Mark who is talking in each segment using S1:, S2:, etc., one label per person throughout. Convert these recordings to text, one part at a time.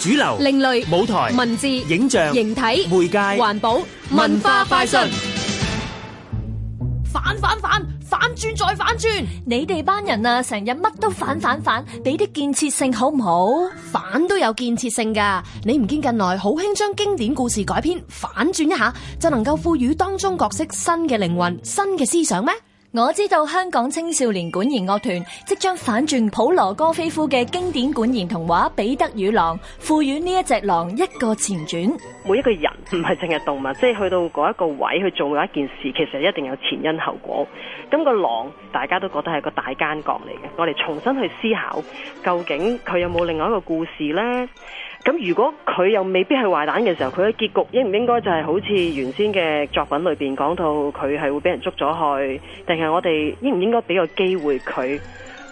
S1: 主流、
S2: 另類、
S1: 舞台、
S2: 文字、
S1: 影像、
S2: 形體、
S1: 媒介、
S2: 環保、文化快訊。
S3: 反反反，反轉再反轉，
S4: 你哋班人啊，成日乜都反反反，俾啲建設性好唔好？
S3: 反都有建設性㗎。你唔見近來好興將經典故事改編反轉一下，就能夠賦予當中角色新嘅靈魂、新嘅思想咩？
S4: 我知道香港青少年管弦樂團即將反轉普羅戈菲夫嘅經典管弦童話《彼得與狼》，賦予呢一隻狼一個前傳。
S5: 每一個人唔係淨係動物，即係去到嗰一個位去做一件事，其實一定有前因後果。咁個狼大家都覺得係個大奸角嚟嘅，我哋重新去思考，究竟佢有冇另外一個故事呢？咁如果佢又未必係壞蛋嘅時候，佢嘅結局應唔應該就係好似原先嘅作品裏邊講到佢係會俾人捉咗去，定係我哋應唔應該俾個機會佢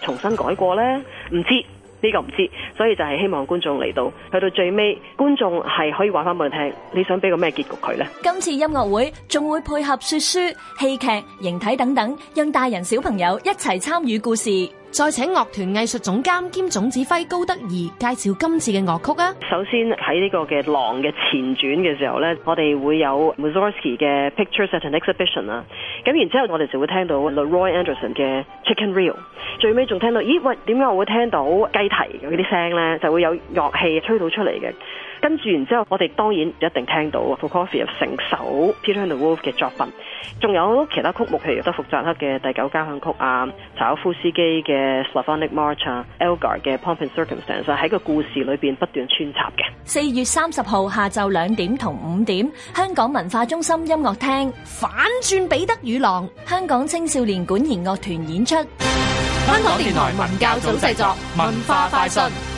S5: 重新改過呢？唔知。呢個唔知，所以就係希望觀眾嚟到，去到最尾，觀眾係可以話翻俾佢聽，你想俾個咩結局佢呢？
S4: 今次音樂會仲會配合說書、戲劇、形體等等，讓大人小朋友一齊參與故事。
S3: 再請樂團藝術總監兼總指揮高德儀介紹今次嘅樂曲啊！
S5: 首先喺呢個嘅狼嘅前傳嘅時候呢，我哋會有 Mussorgsky 嘅 Pictures at an Exhibition 啦。咁然之後我哋就會聽到 Leroy Anderson 嘅 Chicken Reel。最尾仲聽到，咦喂，點解我會聽到雞啼嗰啲聲呢？就會有樂器吹到出嚟嘅。跟住然之後，我哋當然一定聽到 Prokofiev 成首 Peter and the Wolf 嘅作品，仲有好多其他曲目，譬如德福扎克嘅第九交響曲啊，柴可夫斯基嘅 Slavonic March 啊，Elgar 嘅 Pomp and Circumstance 啊，喺個故事裏邊不斷穿插嘅。
S4: 四月三十號下晝兩點同五點，香港文化中心音樂廳，
S3: 反轉彼得與狼，
S4: 香港青少年管弦樂團演出。
S2: 香港電台文教組製作，文化快訊。